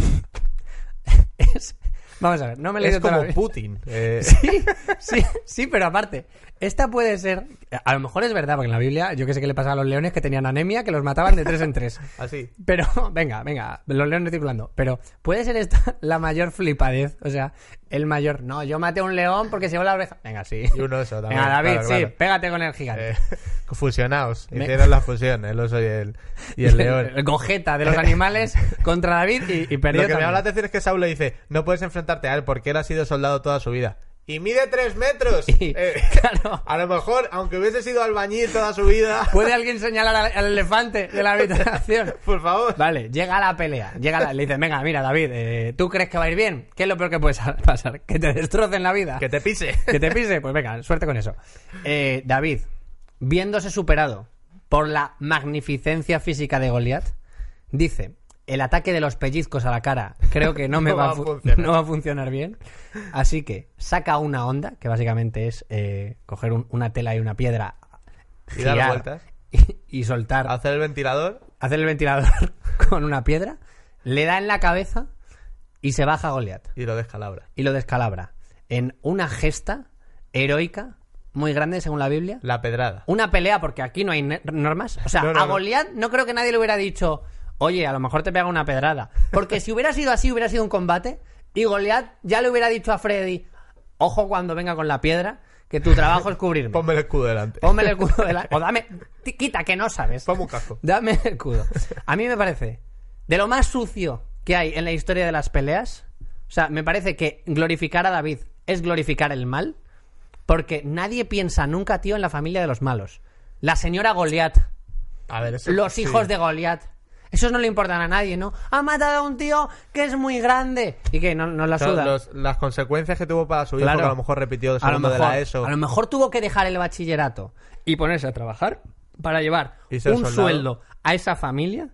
Es- Vamos a ver, no me le
Es como Putin. eh,
Sí, sí, sí, pero aparte, esta puede ser. A lo mejor es verdad, porque en la Biblia, yo que sé qué le pasaba a los leones que tenían anemia, que los mataban de tres en tres.
Así.
Pero, venga, venga, los leones circulando. Pero puede ser esta la mayor flipadez. O sea, el mayor. No, yo maté a un león porque se llevó la oreja. Venga, sí.
Y un oso también,
Venga, David,
claro,
sí,
claro.
pégate con el gigante.
Eh, fusionados.
Me-
Hicieron la fusión, el oso y el, y el león.
El cojeta de los animales contra David y, y perdió.
Lo que me
también.
habla la atención es que Saúl le dice, no puedes enfrentarte a él porque él ha sido soldado toda su vida. Y mide tres metros.
Y-
Eh,
claro.
A lo mejor, aunque hubiese sido albañil toda su vida, pues,
¿Puede alguien señalar al- al elefante de la habitación?
por favor.
Vale, llega la pelea. Llega la- le dicen, venga, mira, David, eh, ¿tú crees que va a ir bien? ¿Qué es lo peor que puede sa- pasar? ¿Que te destrocen la vida?
Que te pise.
¿Que te pise? Pues venga, suerte con eso. Eh, David, viéndose superado por la magnificencia física de Goliat, dice, el ataque de los pellizcos a la cara creo que no me
No
va,
va
a
a
fu-
funcionar.
no va a funcionar bien. Así que saca una onda, que básicamente es eh, coger un- una tela y una piedra,
Y dar
girar
vueltas.
y- y soltar
Hacer el ventilador.
hacer el ventilador con una piedra, le da en la cabeza y se baja Goliat
Y lo descalabra.
y lo descalabra en una gesta heroica muy grande según la Biblia.
La pedrada.
Una pelea porque aquí no hay ne- normas. O sea,
No, no,
a
no.
Goliat no creo que nadie le hubiera dicho, oye, a lo mejor te pega una pedrada. Porque si hubiera sido así, hubiera sido un combate y Goliat ya le hubiera dicho a Freddy, ojo cuando venga con la piedra, que tu trabajo es cubrirme.
Ponme el escudo delante.
Pónmele el culo de la... O dame... ti- Quita, que no sabes.
Ponme un casco.
Dame el culo. A mí me parece de lo más sucio que hay en la historia de las peleas. O sea, me parece que glorificar a David es glorificar el mal. Porque nadie piensa nunca, tío, en la familia de los malos. La señora Goliat.
A ver, eso-
Los
sí.
hijos de Goliat. Esos no le importan a nadie, ¿no? Ha matado a un tío que es muy grande. Y que no, no la
Claro,
suda.
los- las consecuencias que tuvo para su hijo,
Claro.
que a lo mejor repitió de
A lo
segundo de
mejor-
la ESO.
A lo mejor tuvo que dejar el bachillerato y ponerse a trabajar para llevar
Y
un
ser soldado.
sueldo a esa familia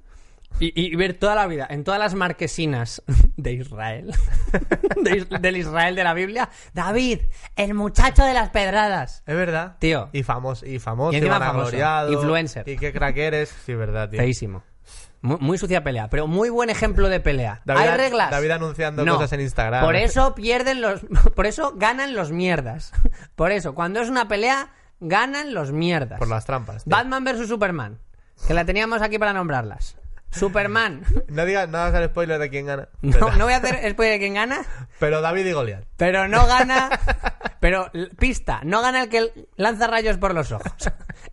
y, y ver toda la vida en todas las marquesinas de Israel, de Is- del Israel de la Biblia, David, el muchacho de las pedradas.
Es verdad.
Tío.
Y famoso. Y famoso.
Y
Y,
encima
vanagloriado.
famoso. Influencer.
Y qué crack eres. Sí, verdad, tío.
Feísimo. Muy, muy sucia pelea, pero muy buen ejemplo de pelea.
David
¿Hay
a-
reglas?
David anunciando cosas en Instagram.
Por eso pierden los. Por eso ganan los mierdas. Por eso, cuando es una pelea, ganan los mierdas.
Por las trampas. tío.
Batman vs Superman. Que la teníamos aquí para nombrarlas. Superman.
No digas, no hagas el spoiler de quién gana.
No, no voy a hacer spoiler de quién gana,
Pero David y Goliat.
pero no gana. Pero l- pista, no gana el que lanza rayos por los ojos.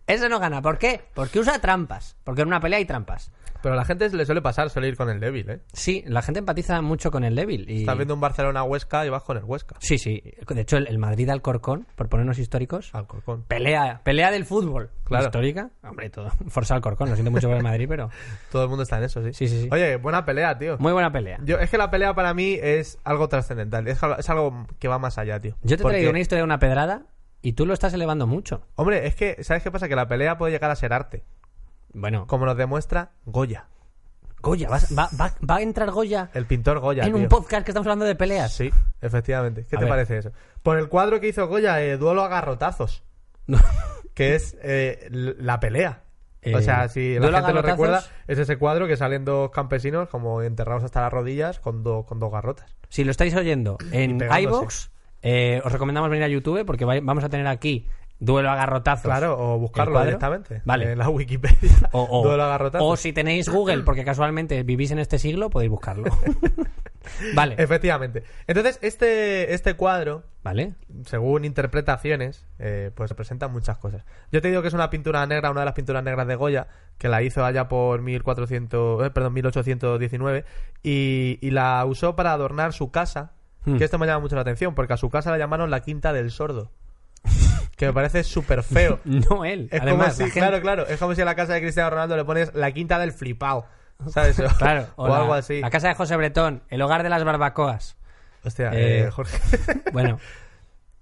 Ese no gana. ¿Por qué? Porque usa trampas. Porque en una pelea hay trampas.
Pero a la gente le suele pasar, suele ir con el débil, ¿eh?
Sí, la gente empatiza mucho con el débil. Y...
Estás viendo un Barcelona-Huesca y vas con el Huesca.
Sí, sí. De hecho, el, el Madrid Alcorcón, por ponernos históricos,
Alcorcón.
pelea, pelea del fútbol.
Ah. Claro.
Histórica. Hombre, todo. Forza Alcorcón, lo siento mucho por el Madrid, pero.
Todo el mundo está en eso, sí.
Sí, sí, sí.
Oye, buena pelea, tío.
Muy buena pelea.
Yo, es que la pelea para mí es algo trascendental. Es, al- es algo que va más allá, tío.
Yo te
Porque-
traigo una historia de una pedrada y tú lo estás elevando mucho.
Hombre, es que, ¿sabes qué pasa? Que la pelea puede llegar a ser arte.
Bueno,
Como nos demuestra Goya.
Goya, vas- va, va- va a entrar Goya
El pintor Goya,
en un
Eh, tío.
podcast que estamos hablando de peleas.
Sí, efectivamente. ¿Qué
A
te
ver.
parece eso? Por el cuadro que hizo Goya, eh, Duelo a garrotazos, que es eh, l- la pelea. o
Eh,
sea, si la
Duelo a
gente lo
garrotazos.
recuerda, es ese cuadro que salen dos campesinos como enterrados hasta las rodillas con, do- con dos garrotas.
Si lo estáis oyendo en
pegándose.
iBox, os recomendamos venir a YouTube porque vai- vamos a tener aquí duelo a garrotazos.
Claro, o
¿El
buscarlo
cuadro?
directamente
Vale.
en la Wikipedia.
O, o-
Duelo a garrotazos.
o si tenéis Google, porque casualmente vivís en este siglo, podéis buscarlo. vale,
Efectivamente. Entonces, este, este cuadro,
vale.
según interpretaciones, eh, pues representa muchas cosas. Yo te digo que es una pintura negra, una de las pinturas negras de Goya, que la hizo allá por 1400, eh, perdón, 1819, y, y la usó para adornar su casa,
Hmm.
que esto me llama mucho la atención, porque a su casa la llamaron la Quinta del Sordo, que me parece súper feo.
No él.
Es
Mm. Además,
como
la
si,
gente-
claro, claro, es como si a la casa de Cristiano Ronaldo le pones la Quinta del Flipao, ¿sabes? O,
Claro,
o
la-
algo así.
La casa de José Bretón, el hogar de las barbacoas.
Hostia,
Eh,
eh, Jorge.
Bueno.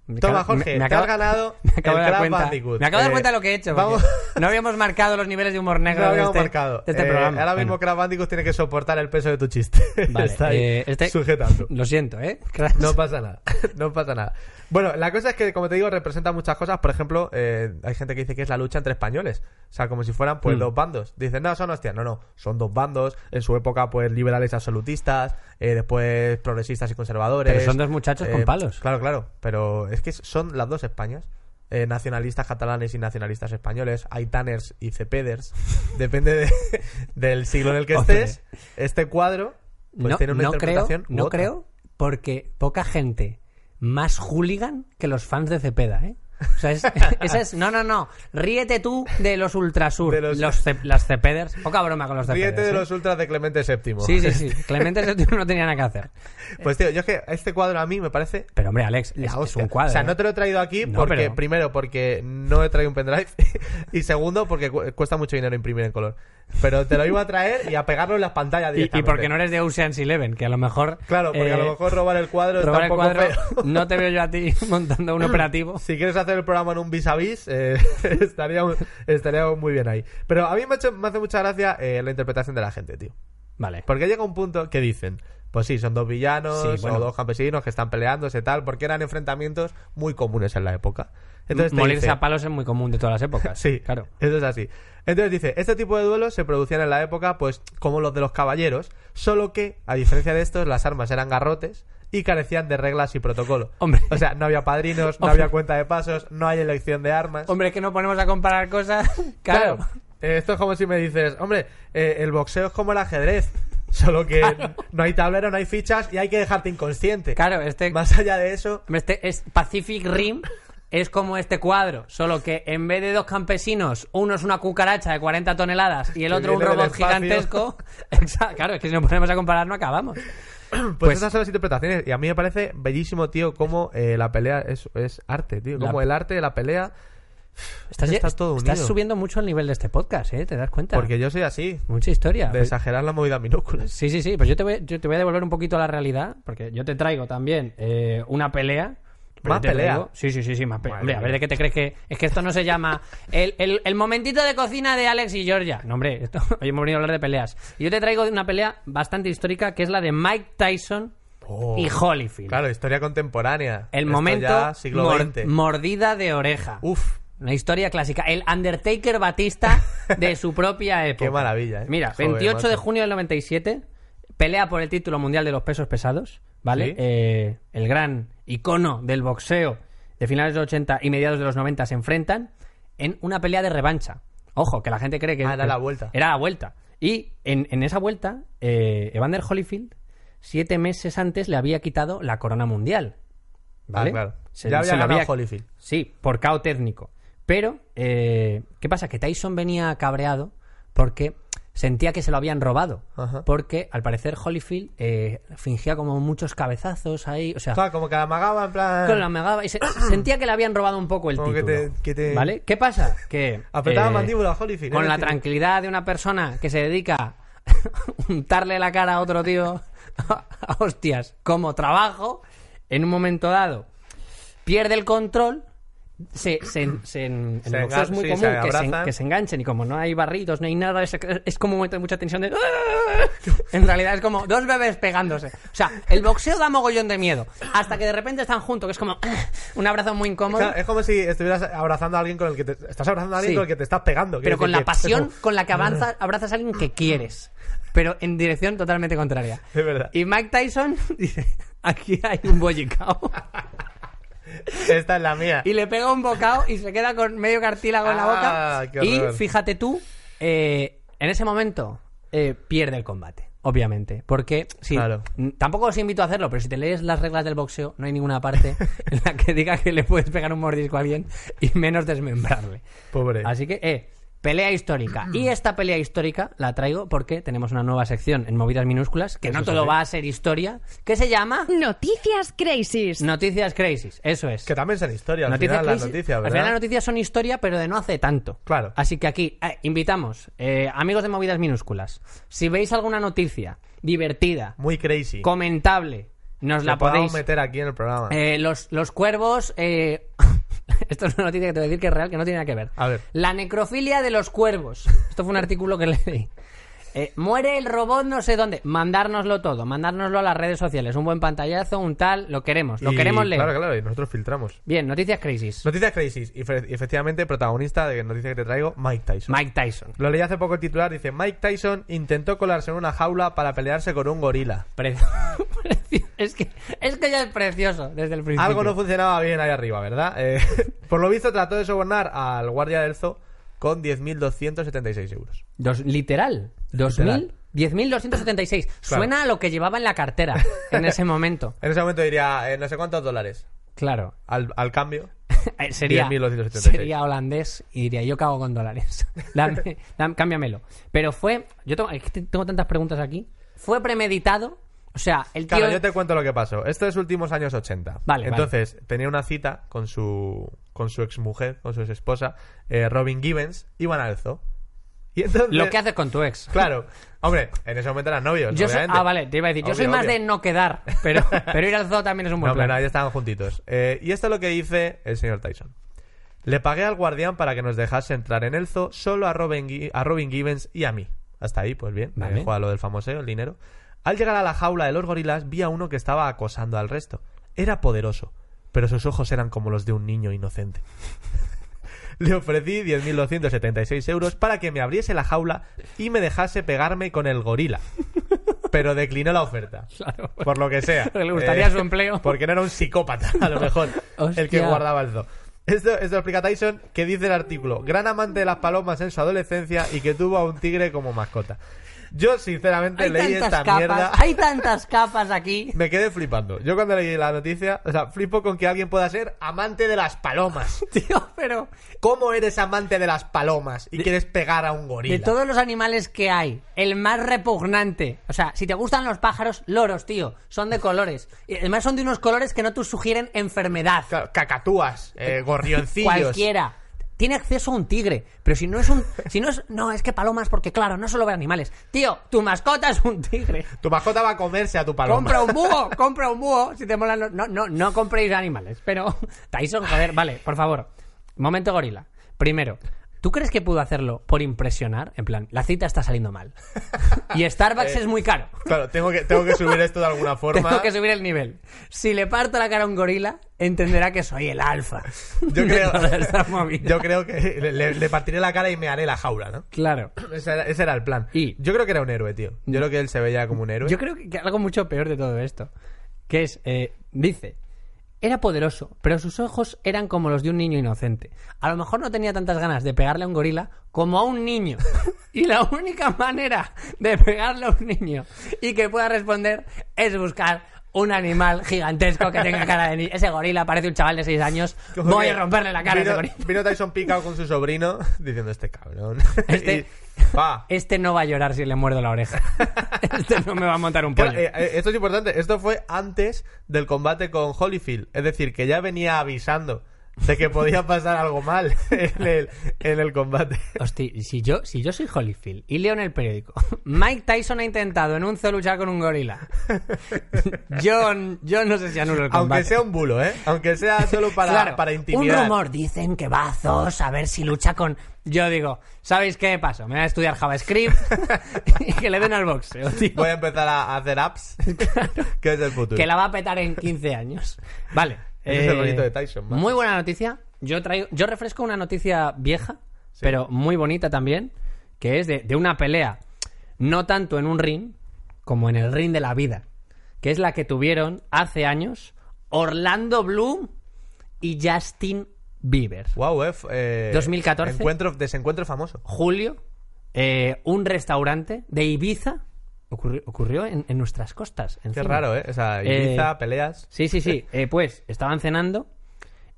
me
Toma,
acabo-
Jorge,
me- me
te
acabo-
has ganado
Me acabo
el
de dar
Crash
cuenta.
Bandicoot.
Me acabo de dar
Eh,
cuenta de lo que he hecho. porque
vamos-
No habíamos marcado los niveles de humor negro
No
de
habíamos
este,
marcado.
de este
Eh,
programa.
Ahora
Bueno.
mismo Crash Bandicoot tiene que soportar el peso de tu chiste.
Vale,
Está ahí
eh, este-
sujetando.
Lo siento, ¿eh? Crash.
No pasa nada, no pasa nada. Bueno, la cosa es que, como te digo, representa muchas cosas. Por ejemplo, eh, hay gente que dice que es la lucha entre españoles. O sea, como si fueran pues
Mm.
dos bandos. Dicen, no, son hostias. No, no, son dos bandos. En su época, pues liberales absolutistas, eh, después progresistas y conservadores. Eh,
Pero son dos muchachos con palos.
Claro, claro. Pero es que son las dos Españas. Eh, nacionalistas catalanes y nacionalistas españoles, aitaners y cepeders, depende de- del siglo en el que
Hombre.
estés. Este cuadro pues,
no
tiene una
no creo,
interpretación. u
no
otra.
creo, porque poca gente más hooligan que los fans de Cepeda, ¿eh? O sea, es, esa es- No, no, no. Ríete tú de los Ultrasur,
De los-
los, ce- las Cepeders. Poca broma con los Cepeders.
Ríete de
¿eh?
los ultras de Clemente VII.
Sí, sí, sí. Clemente ese tío no tenía nada que hacer.
Pues tío, yo es que este cuadro a mí me parece
Pero hombre, Alex,
la
es, es
hostia.
un cuadro.
O sea,
¿eh?
no te lo he traído aquí
No,
porque,
pero-
primero, porque no he traído un pendrive y segundo, porque cu- cuesta mucho dinero imprimir en color. Pero te lo iba a traer y a pegarlo en las pantallas
y, y
directamente.
porque no eres de Ocean's Eleven, que a lo mejor...
Claro, porque a
eh,
lo mejor robar el cuadro
robar el
está un poco
cuadro,
feo.
no te veo yo a ti montando un operativo.
Si quieres hacer el programa en un vis a vis, eh, estaría, estaría muy bien ahí. Pero a mí me, ha hecho- me hace mucha gracia eh, la interpretación de la gente, tío.
Vale.
Porque llega un punto que dicen, pues sí, son dos villanos
Sí, bueno.
o dos campesinos que están peleándose tal, porque eran enfrentamientos muy comunes en la época. Entonces
Entonces
te
Morirse
dice-
a palos es muy común de todas las épocas.
Sí,
Claro.
Eso es así. Entonces dice, este tipo de duelos se producían en la época, pues, como los de los caballeros, solo que, a diferencia de estos, las armas eran garrotes y carecían de reglas y protocolo.
Hombre.
O sea, no había padrinos, no
Hombre.
había cuenta de pasos, no hay elección de armas.
Hombre, es que no ponemos a comparar cosas. Claro.
Eh, Esto es como si me dices, hombre, eh, el boxeo es como el ajedrez, solo que no hay tablero, no hay fichas y hay que dejarte inconsciente.
Claro, este,
Más allá de eso,
hombre, este es Pacific Rim es como este cuadro, solo que en vez de dos campesinos, uno es una cucaracha de 40 toneladas y el
Que
otro un
viene del
robot
espacio.
gigantesco. Exacto. Claro, es que si nos ponemos a comparar no acabamos.
pues,
Pues-
esas son las interpretaciones. Y a mí me parece bellísimo, tío, cómo eh, la pelea es, es arte, tío.
La-
Como el arte de la pelea,
Estás,
Estás todo
estás
unido.
subiendo mucho el nivel de este podcast, ¿eh? ¿Te das cuenta?
porque yo soy así,
Mucha historia.
de exagerar la movida minúscula.
Sí, sí, sí. Pues yo te voy, yo te voy a devolver un poquito a la realidad, porque yo te traigo también eh, una pelea. pero yo
¿Más
te
pelea?
traigo- Sí, sí, sí, sí, más pelea.
Madre
Hombre, a ver,
mía.
¿de qué te crees que...? Es que esto no se llama... El, el- el momentito de cocina de Alex y Georgia. No, hombre, esto... hoy hemos venido a hablar de peleas. Y yo te traigo una pelea bastante histórica, que es la de Mike Tyson
Oh.
y Holyfield.
Claro, historia contemporánea.
El
Esto
momento
ya siglo
mor-
XX.
mordida de oreja.
Uf.
Una historia clásica. El Undertaker Batista de su propia época.
Qué maravilla, ¿eh?
Mira,
Joder,
28 de
macho.
junio del 97, pelea por el título mundial de los pesos pesados, ¿vale?
Sí.
Eh, el gran icono del boxeo de finales de los 80 y mediados de los 90 se enfrentan en una pelea de revancha. Ojo, que la gente cree que...
Ah, era
que-
la vuelta.
Era la vuelta. Y en, en esa vuelta, eh, Evander Holyfield, siete meses antes, le había quitado la corona mundial. ¿Vale?
Ah, claro.
Se-
Ya
se
había
lo
ganado Holyfield.
Sí, por cao técnico. Pero, eh, ¿qué pasa? Que Tyson venía cabreado porque sentía que se lo habían robado.
Ajá.
Porque al parecer Holyfield eh, fingía como muchos cabezazos ahí. O sea,
O sea, como que la amagaba en plan...
con la amagaba y se- sentía que le habían robado un poco el
Como que
título.
te- que te-
¿Vale? ¿Qué pasa? Que
Apretaba
eh,
mandíbula a Holyfield.
con
¿eh?
la
Decir,
tranquilidad de una persona que se dedica a untarle la cara a otro tío a hostias como trabajo, en un momento dado pierde el control. Se, se, se- en
Se
el boxeo es
engan-
muy
sí,
común
se
que, se,
abrazan.
que se enganchen y como no hay barritos, no hay nada, es, es como un momento de mucha tensión de... ¡Ah! En realidad es como dos bebés pegándose. O sea, el boxeo da mogollón de miedo. Hasta que de repente están juntos, que es como ¡ah! un abrazo muy incómodo.
claro, es como si estuvieras abrazando a alguien con el que te... Estás abrazando a alguien
Sí.
con el que te estás pegando.
pero
quiero
con
decir
la
que-
pasión con la que avanza- abrazas a alguien que quieres, pero en dirección totalmente contraria.
Es verdad.
Y Mike Tyson dice, aquí hay un bollicao.
Esta es la mía.
Y le pega un bocado y se queda con medio cartílago en la
Ah,
boca.
qué
Y
horror.
fíjate tú, eh, en ese momento eh, pierde el combate, obviamente. Porque si,
Claro.
n- tampoco os invito a hacerlo, pero si te lees las reglas del boxeo, no hay ninguna parte en la que diga que le puedes pegar un mordisco a alguien y menos desmembrarle.
Pobre.
Así que, eh, pelea histórica. Y esta pelea histórica la traigo porque tenemos una nueva sección en movidas minúsculas, que no
Eso
todo
sí.
va a ser historia, que se llama
Noticias Crazies.
Noticias Crazy. Eso es.
Que también son historias. Al final las
crisis-
noticias,
al
¿verdad?
final las noticias son historia, pero de no hace tanto.
Claro.
Así que aquí eh, invitamos, eh, amigos de movidas minúsculas, si veis alguna noticia divertida,
Muy crazy.
comentable, nos
Que
la podéis.
podamos meter aquí en el programa.
Eh, los, los cuervos. eh, Esto es una noticia que te voy a decir que es real, que no tiene nada que ver.
A ver.
La necrofilia de los cuervos. Esto fue un artículo que leí. Eh, muere el robot no sé dónde. Mandárnoslo todo, mandárnoslo a las redes sociales. Un buen pantallazo, un tal, lo queremos, lo
Y-
queremos leer.
Claro, claro, y nosotros filtramos.
Bien, noticias crisis.
Noticias Crazy. Y fe- efectivamente, protagonista de noticia que te traigo, Mike Tyson.
Mike Tyson.
Lo leí hace poco el titular, dice Mike Tyson intentó colarse en una jaula para pelearse con un gorila.
Pre- Precio- es, que, es que ya es precioso desde el principio.
Algo no funcionaba bien ahí arriba, ¿verdad? Eh, por lo visto trató de sobornar al guardia del zoo con 10.276 euros.
Dos- literal. Dos
Literal.
mil- 10.276.
Claro.
Suena a lo que llevaba en la cartera en ese momento.
En ese momento diría, eh, no sé cuántos dólares
Claro.
al, al cambio.
Eh, sería,
10.276.
sería holandés y diría, yo cago con dólares. Dame- dam- cámbiamelo. Pero fue... Yo tengo, es que tengo tantas preguntas aquí. ¿Fue premeditado? O sea, el tío...
Claro, yo te cuento lo que pasó. Esto es últimos años 80.
Vale,
Entonces, tenía una cita con su, con su exmujer, con su exesposa, eh, Robin Gibbons, iban al zoo. Y entonces...
Lo que haces con tu ex.
Claro. Hombre, en ese momento eran novios,
Yo soy-
Pues obviamente.
ah, vale, te iba a decir. Yo
Obvio,
soy más
obvio.
de no quedar, pero, pero ir al zoo también es un buen
No,
plan.
pero no, ya estaban juntitos. Eh, y esto es lo que dice el señor Tyson. Le pagué al guardián para que nos dejase entrar en el zoo solo a Robin, Gi- a Robin Gibbons y a mí. Hasta ahí, pues bien.
Vale.
Me juega lo del famoseo, el dinero. Al llegar a la jaula de los gorilas, vi a uno que estaba acosando al resto. Era poderoso, pero sus ojos eran como los de un niño inocente. Le ofrecí 10.276 euros para que me abriese la jaula y me dejase pegarme con el gorila. Pero declinó la oferta.
Claro.
Por lo que sea. Eh,
Porque le gustaría su empleo.
Porque no era un psicópata, a lo mejor, el que
Hostia.
guardaba el zoo. Esto, esto lo explica Tyson, que dice el artículo, gran amante de las palomas en su adolescencia y que tuvo a un tigre como mascota. Yo, sinceramente,
Hay
leí
tantas
esta
capas,
mierda.
hay tantas capas aquí.
Me quedé flipando. Yo cuando leí la noticia, o sea, flipo con que alguien pueda ser amante de las palomas.
Tío, pero
¿Cómo eres amante de las palomas y quieres pegar a un gorila?
de todos los animales que hay, el más repugnante. O sea, si te gustan los pájaros, loros, tío. Son de colores. Y además son de unos colores que no te sugieren enfermedad.
Claro, Cacatúas, eh, gorrioncillos.
Cualquiera. Tiene acceso a un tigre, pero si no es un... Si no es... No, es que palomas, porque claro, no solo ve animales. Tío, tu mascota es un tigre.
Tu mascota va a comerse a tu paloma.
Compra un búho, compra un búho, si te molan los... No, no, no compréis animales, pero... Tyson, joder, vale, por favor. Momento gorila. Primero, ¿tú crees que pudo hacerlo por impresionar? En plan, la cita está saliendo mal. Y Starbucks es muy caro.
Claro, tengo que, tengo que subir esto de alguna Eh, forma.
Tengo que subir el nivel. Si le parto la cara a un gorila, entenderá que soy el alfa.
Yo
de
creo,
toda esta movida.
yo creo que le- le, le partiré la cara y me haré la jaula, ¿no?
Claro.
Ese era, ese era el plan.
Y-
Yo creo que era un héroe, tío. Yo creo que él se veía como un héroe.
Yo creo que que algo mucho peor de todo esto, que es, eh, dice, era poderoso, pero sus ojos eran como los de un niño inocente. A lo mejor no tenía tantas ganas de pegarle a un gorila como a un niño. Y la única manera de pegarle a un niño y que pueda responder es buscar un animal gigantesco que tenga cara de niño. Ese gorila parece un chaval de 6 años.
Como
Voy
que
a romperle la cara a este ese
vino,
gorila.
vino Tyson Picao con su sobrino diciendo este cabrón.
Este-
Y, pa.
Este no va a llorar si le muerdo la oreja. Este no me va a montar un pollo.
Claro, eh, eh, esto es importante. Esto fue antes del combate con Holyfield. Es decir, que ya venía avisando de que podía pasar algo mal en el, en el combate.
Hostia, si yo, si yo soy Holyfield y leo en el periódico, Mike Tyson ha intentado en un zoo luchar con un gorila. Yo, yo no sé si anulo el combate.
Aunque sea un bulo, ¿eh? Aunque sea solo para,
Claro,
para intimidar.
Un rumor, dicen que va a zoos a ver si lucha con... Yo digo, ¿sabéis qué paso? Me voy a estudiar JavaScript y que le den al boxeo, tío.
Voy a empezar a hacer apps, que es el futuro.
Que la va a petar en 15 años. Vale. eh,
Ese es el bonito de Tyson, macho.
Muy buena noticia. Yo traigo, yo refresco una noticia vieja, pero muy bonita también, que es de, de una pelea, no tanto en un ring, como en el ring de la vida, que es la que tuvieron hace años Orlando Bloom y Justin Bieber.
Wow, eh, f- eh,
2014.
Encuentro, desencuentro famoso.
Julio, eh, un restaurante de Ibiza ocurri- ocurrió en, en nuestras costas.
Qué raro, ¿eh? O sea,
Eh,
Ibiza, peleas.
Sí, sí, sí. Eh, pues estaban cenando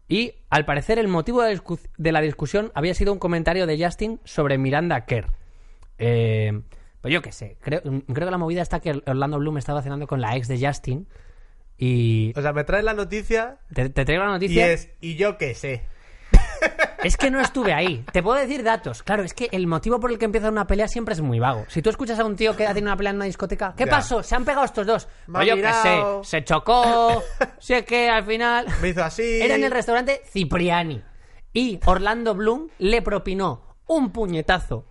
y al parecer el motivo de la, discu- de la discusión había sido un comentario de Justin sobre Miranda Kerr. Eh, pues yo qué sé. Creo, creo que la movida está que Orlando Bloom estaba cenando con la ex de Justin y
O sea, me traes la noticia
te, te traigo la
y
noticia.
es, y yo qué sé.
Es que no estuve ahí. Te puedo decir datos. Claro, es que el motivo por el que empieza una pelea siempre es muy vago. Si tú escuchas a un tío que ha tenido una pelea en una discoteca, ¿qué
Ya.
pasó? Se han pegado estos dos.
Me
Pues
ha
yo qué sé.
mirado.
Se chocó. sé que al final.
Me hizo así.
Era en el restaurante Cipriani. Y Orlando Bloom le propinó un puñetazo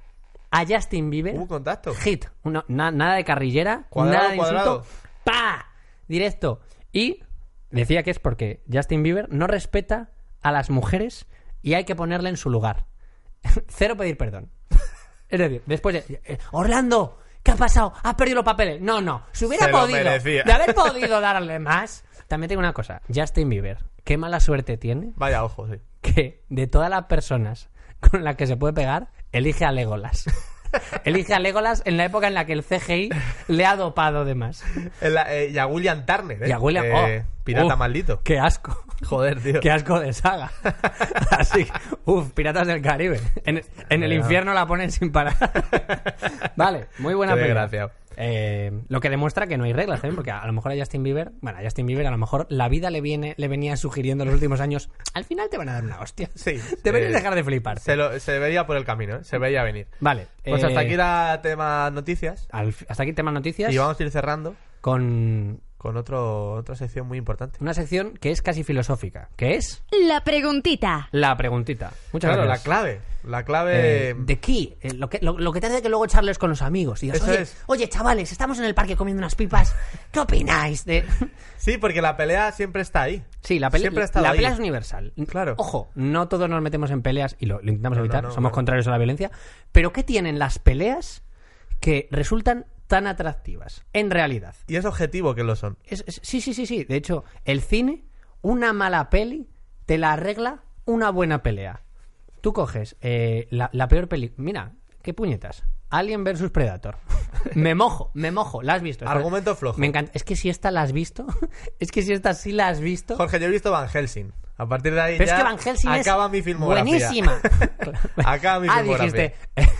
a Justin Bieber.
Hubo contacto.
Hit. Una- na- nada de carrillera.
Cuadrado,
nada de insulto.
cuadrado.
¡Pa! Directo. Y decía que es porque Justin Bieber no respeta a las mujeres y hay que ponerle en su lugar. Cero pedir perdón. Es decir, después de. eh, Orlando, ¿qué ha pasado? ¿Has perdido los papeles? No, no. Si hubiera
Se lo
podido.
merecía.
De haber podido darle más. También tengo una cosa. Justin Bieber, qué mala suerte tiene
Vaya ojo, sí.
que de todas las personas con las que se puede pegar, elige a Legolas. Elige a Legolas en la época en la que el CGI le ha dopado de más.
En la- eh, y a William Turner, ¿eh?
Y a William-
Eh,
oh,
pirata
uf,
maldito.
¡Qué asco!
Joder, tío.
¡Qué asco de saga! Así, que, uff, Piratas del Caribe. En, en el
Mira.
infierno la ponen sin parar. Vale, muy buena
Qué
película.
desgraciado.
Eh, lo que demuestra que no hay reglas, ¿eh? porque a lo mejor a Justin Bieber, bueno, a Justin Bieber a lo mejor la vida le viene, le venía sugiriendo en los últimos años, al final te van a dar una hostia.
Sí.
Deberías
eh,
dejar de flipar. Mm.
Se, lo- se veía por el camino, ¿eh? Se veía venir.
Vale.
Pues
eh,
hasta aquí era tema noticias.
al- hasta aquí tema noticias.
Y vamos a ir cerrando
Con
con otro, otra sección muy importante.
una sección que es casi filosófica, que es
La preguntita.
la preguntita. Muchas
Claro, la
gracias.
clave. La clave...
Eh, de key, eh, lo, que, lo, lo que te hace que luego charles con los amigos y digas,
Eso
oye,
es.
Oye, chavales, estamos en el parque comiendo unas pipas. ¿Qué opináis de...?
Sí, porque la pelea siempre está ahí.
Sí, la, pele-
Siempre ha estado
la
ahí.
pelea es universal.
Claro.
Ojo, no todos nos metemos en peleas y lo, lo intentamos
No, no,
evitar,
no,
somos
claro.
contrarios a la violencia. Pero ¿qué tienen las peleas que resultan tan atractivas? En realidad.
Y es objetivo que lo son.
Es- es- sí, sí, sí, sí. De hecho, el cine, una mala peli, te la arregla una buena pelea. Tú coges eh, la, la peor peli. Mira, qué puñetas. Alien versus Predator. me mojo, me mojo. La has visto.
Argumento flojo.
Me encanta. Es que si esta la has visto. es que si esta sí la has visto.
Jorge, yo he visto Van Helsing. A partir de ahí
Pero
ya
es que Van Helsing es
acaba mi filmografía.
buenísima.
Acaba mi
ah,
filmografía.
dijiste,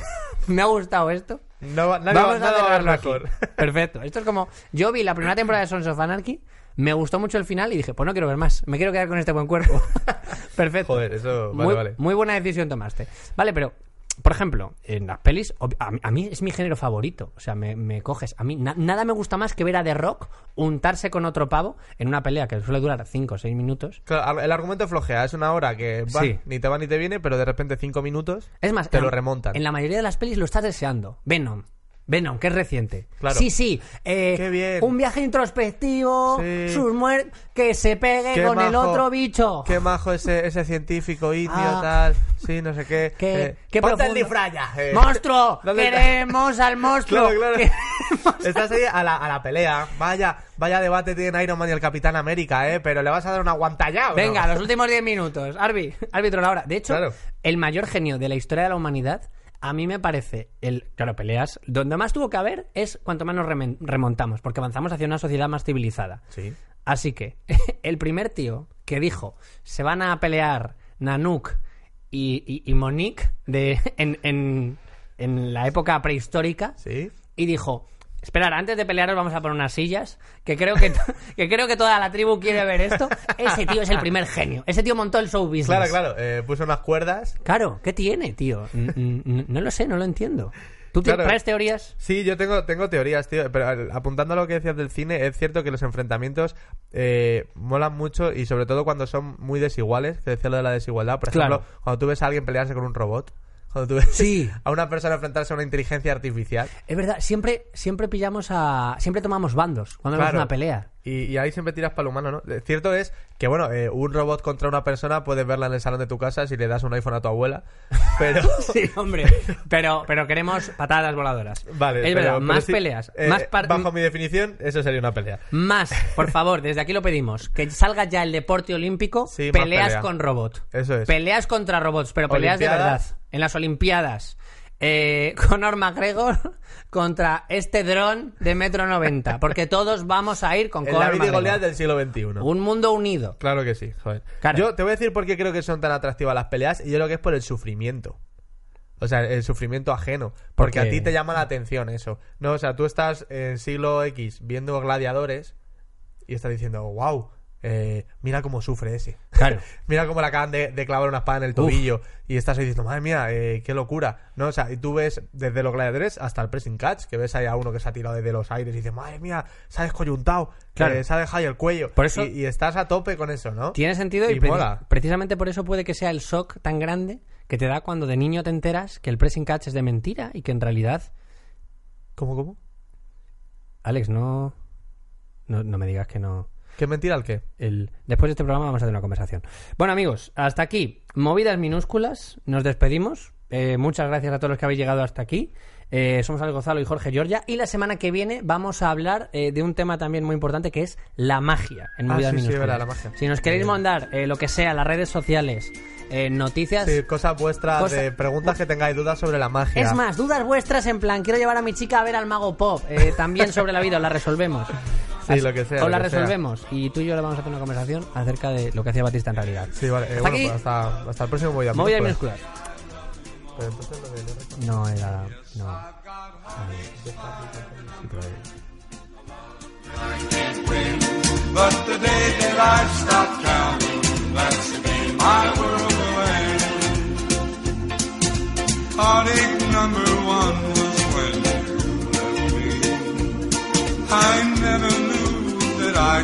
me ha gustado esto.
No va- nadie va-
Vamos a
nada va a
dejarlo
haber mejor.
aquí. Perfecto. Esto es como, yo vi la primera temporada de Sons of Anarchy, me gustó mucho el final y dije, pues no quiero ver más, me quiero quedar con este buen cuerpo. Perfecto.
Joder, eso- vale,
muy,
vale.
muy buena decisión tomaste. Vale, pero, por ejemplo, en las pelis, ob- a, mí- a mí es mi género favorito. O sea, me, me coges. A mí na- nada me gusta más que ver a The Rock untarse con otro pavo en una pelea que suele durar 5 o 6 minutos.
Claro, ar- el argumento flojea. Es una hora que va,
Sí.
ni te va ni te viene, pero de repente cinco minutos
Es más,
te
en-
lo remontan.
En la mayoría de las pelis lo estás deseando. Venom. Venom, que es reciente.
Claro.
Sí, sí. eh,
Qué bien.
Un viaje introspectivo.
Sí.
Sus muertes. Que se pegue
Qué
con el
majo,
otro bicho.
Qué majo ese, ese científico indio,
Ah.
tal. Sí, no sé qué.
Qué-
eh,
qué
ponte el
profundo.
disfraz ya, eh.
¡Monstruo!
¿Dónde está?
¡Queremos al monstruo!
Claro, claro. Ah,
Queremos-
Estás ahí a la, a la pelea. Vaya, vaya debate tienen Iron Man y el Capitán América, ¿eh? Pero le vas a dar una guantallada.
Venga, los últimos 10 minutos. Arbi, árbitro la hora. De hecho,
Claro.
el mayor genio de la historia de la humanidad a mí me parece, el, claro, peleas, donde más tuvo que haber es cuanto más nos remen- remontamos, porque avanzamos hacia una sociedad más civilizada.
Sí.
Así que, el primer tío que dijo, se van a pelear Nanook y, y- y Monique de, en, en- en la época prehistórica,
Sí.
y dijo, esperar, antes de pelearos vamos a poner unas sillas, que creo que, to- que creo que toda la tribu quiere ver esto, ese tío es el primer genio, ese tío montó el show business.
Claro, claro. eh, puso unas cuerdas.
Claro, ¿qué tiene, tío? Mm, mm, mm, No lo sé, no lo entiendo. ¿Tú te
Claro.
traes teorías?
Sí, yo tengo, tengo teorías, tío. Pero al- apuntando a lo que decías del cine, es cierto que los enfrentamientos eh, molan mucho y sobre todo cuando son muy desiguales, que decía lo de la desigualdad. Por
Claro.
ejemplo, cuando tú ves a alguien pelearse con un robot, cuando tú ves
Sí.
a una persona enfrentarse a una inteligencia artificial.
Es verdad, siempre, siempre pillamos a... Siempre tomamos bandos cuando vemos
Claro.
una pelea.
Y, y ahí siempre tiras para lo humano, ¿no? Eh, Cierto es que, bueno, eh, un robot contra una persona puedes verla en el salón de tu casa si le das un iPhone a tu abuela. Pero.
Sí, hombre. Pero, pero queremos patadas voladoras.
Vale,
Es
pero-
verdad,
pero
más
sí,
peleas.
eh,
más par-
Bajo mi definición, eso sería una pelea.
Más, por favor, desde aquí lo pedimos. Que salga ya el deporte olímpico,
Sí, más
peleas
pelea.
con robot.
Eso es.
Peleas contra robots, pero peleas
Olimpiadas.
de verdad. En las Olimpiadas. Eh, Conor McGregor contra este dron de metro 90. Porque todos vamos a ir con
El
Conor
David y
McGregor.
Goliat del siglo XXI.
Un mundo unido.
Claro que sí, joder.
Claro.
Yo te voy a decir por qué creo que son tan atractivas las peleas y yo creo que es por el sufrimiento. O sea, el sufrimiento ajeno.
Porque-
Porque a ti te llama la atención eso. No, o sea, tú estás en siglo X viendo gladiadores y estás diciendo, wow, mira cómo sufre ese.
Claro.
Mira cómo le acaban de, de clavar una espada en el tobillo. Y estás ahí diciendo, madre mía, eh, qué locura. No, o sea, y tú ves desde los gladiadores hasta el pressing catch, que ves ahí a uno que se ha tirado desde los aires y dices, madre mía, se ha descoyuntado,
Claro.
eh, se ha dejado ahí el cuello.
Por eso-
y, y estás a tope con eso, ¿no?
Tiene sentido y,
Y
pre-
mola.
precisamente por eso puede que sea el shock tan grande que te da cuando de niño te enteras que el pressing catch es de mentira y que en realidad...
¿Cómo, cómo?
Alex, no... No, no me digas que no...
¿Qué mentira el qué?
el- Después de este programa vamos a tener una conversación. Bueno, amigos, hasta aquí. Movidas minúsculas. Nos despedimos. Eh, muchas gracias a todos los que habéis llegado hasta aquí. Eh, somos Alex Gonzalo y Jorge Giorgia. Y la semana que viene vamos a hablar eh, de un tema también muy importante que es la magia en
Ah,
Movidas
sí, sí,
minúsculas.
verdad, la magia.
Si nos queréis mandar eh, lo que sea, las redes sociales, eh, noticias.
Sí, cosas vuestras,
Cosa-
de preguntas que tengáis dudas sobre la magia.
Es más, dudas vuestras en plan, quiero llevar a mi chica a ver al mago pop, eh, también sobre la vida, o la resolvemos.
Sí,
Así-
lo que sea,
O la
lo que sea.
resolvemos. Y tú y yo le vamos a hacer una conversación acerca de lo que hacía Batista en realidad.
Sí, vale. eh,
Hasta
bueno,
aquí,
pues hasta, hasta el próximo Movidas
movidas
Minúsculas.
minúsculas.
Pero entonces lo de- lo de-
No, era... No.
But the day that life stopped counting, that's the day my world will end. Heartache number one was when you left me. I never knew that I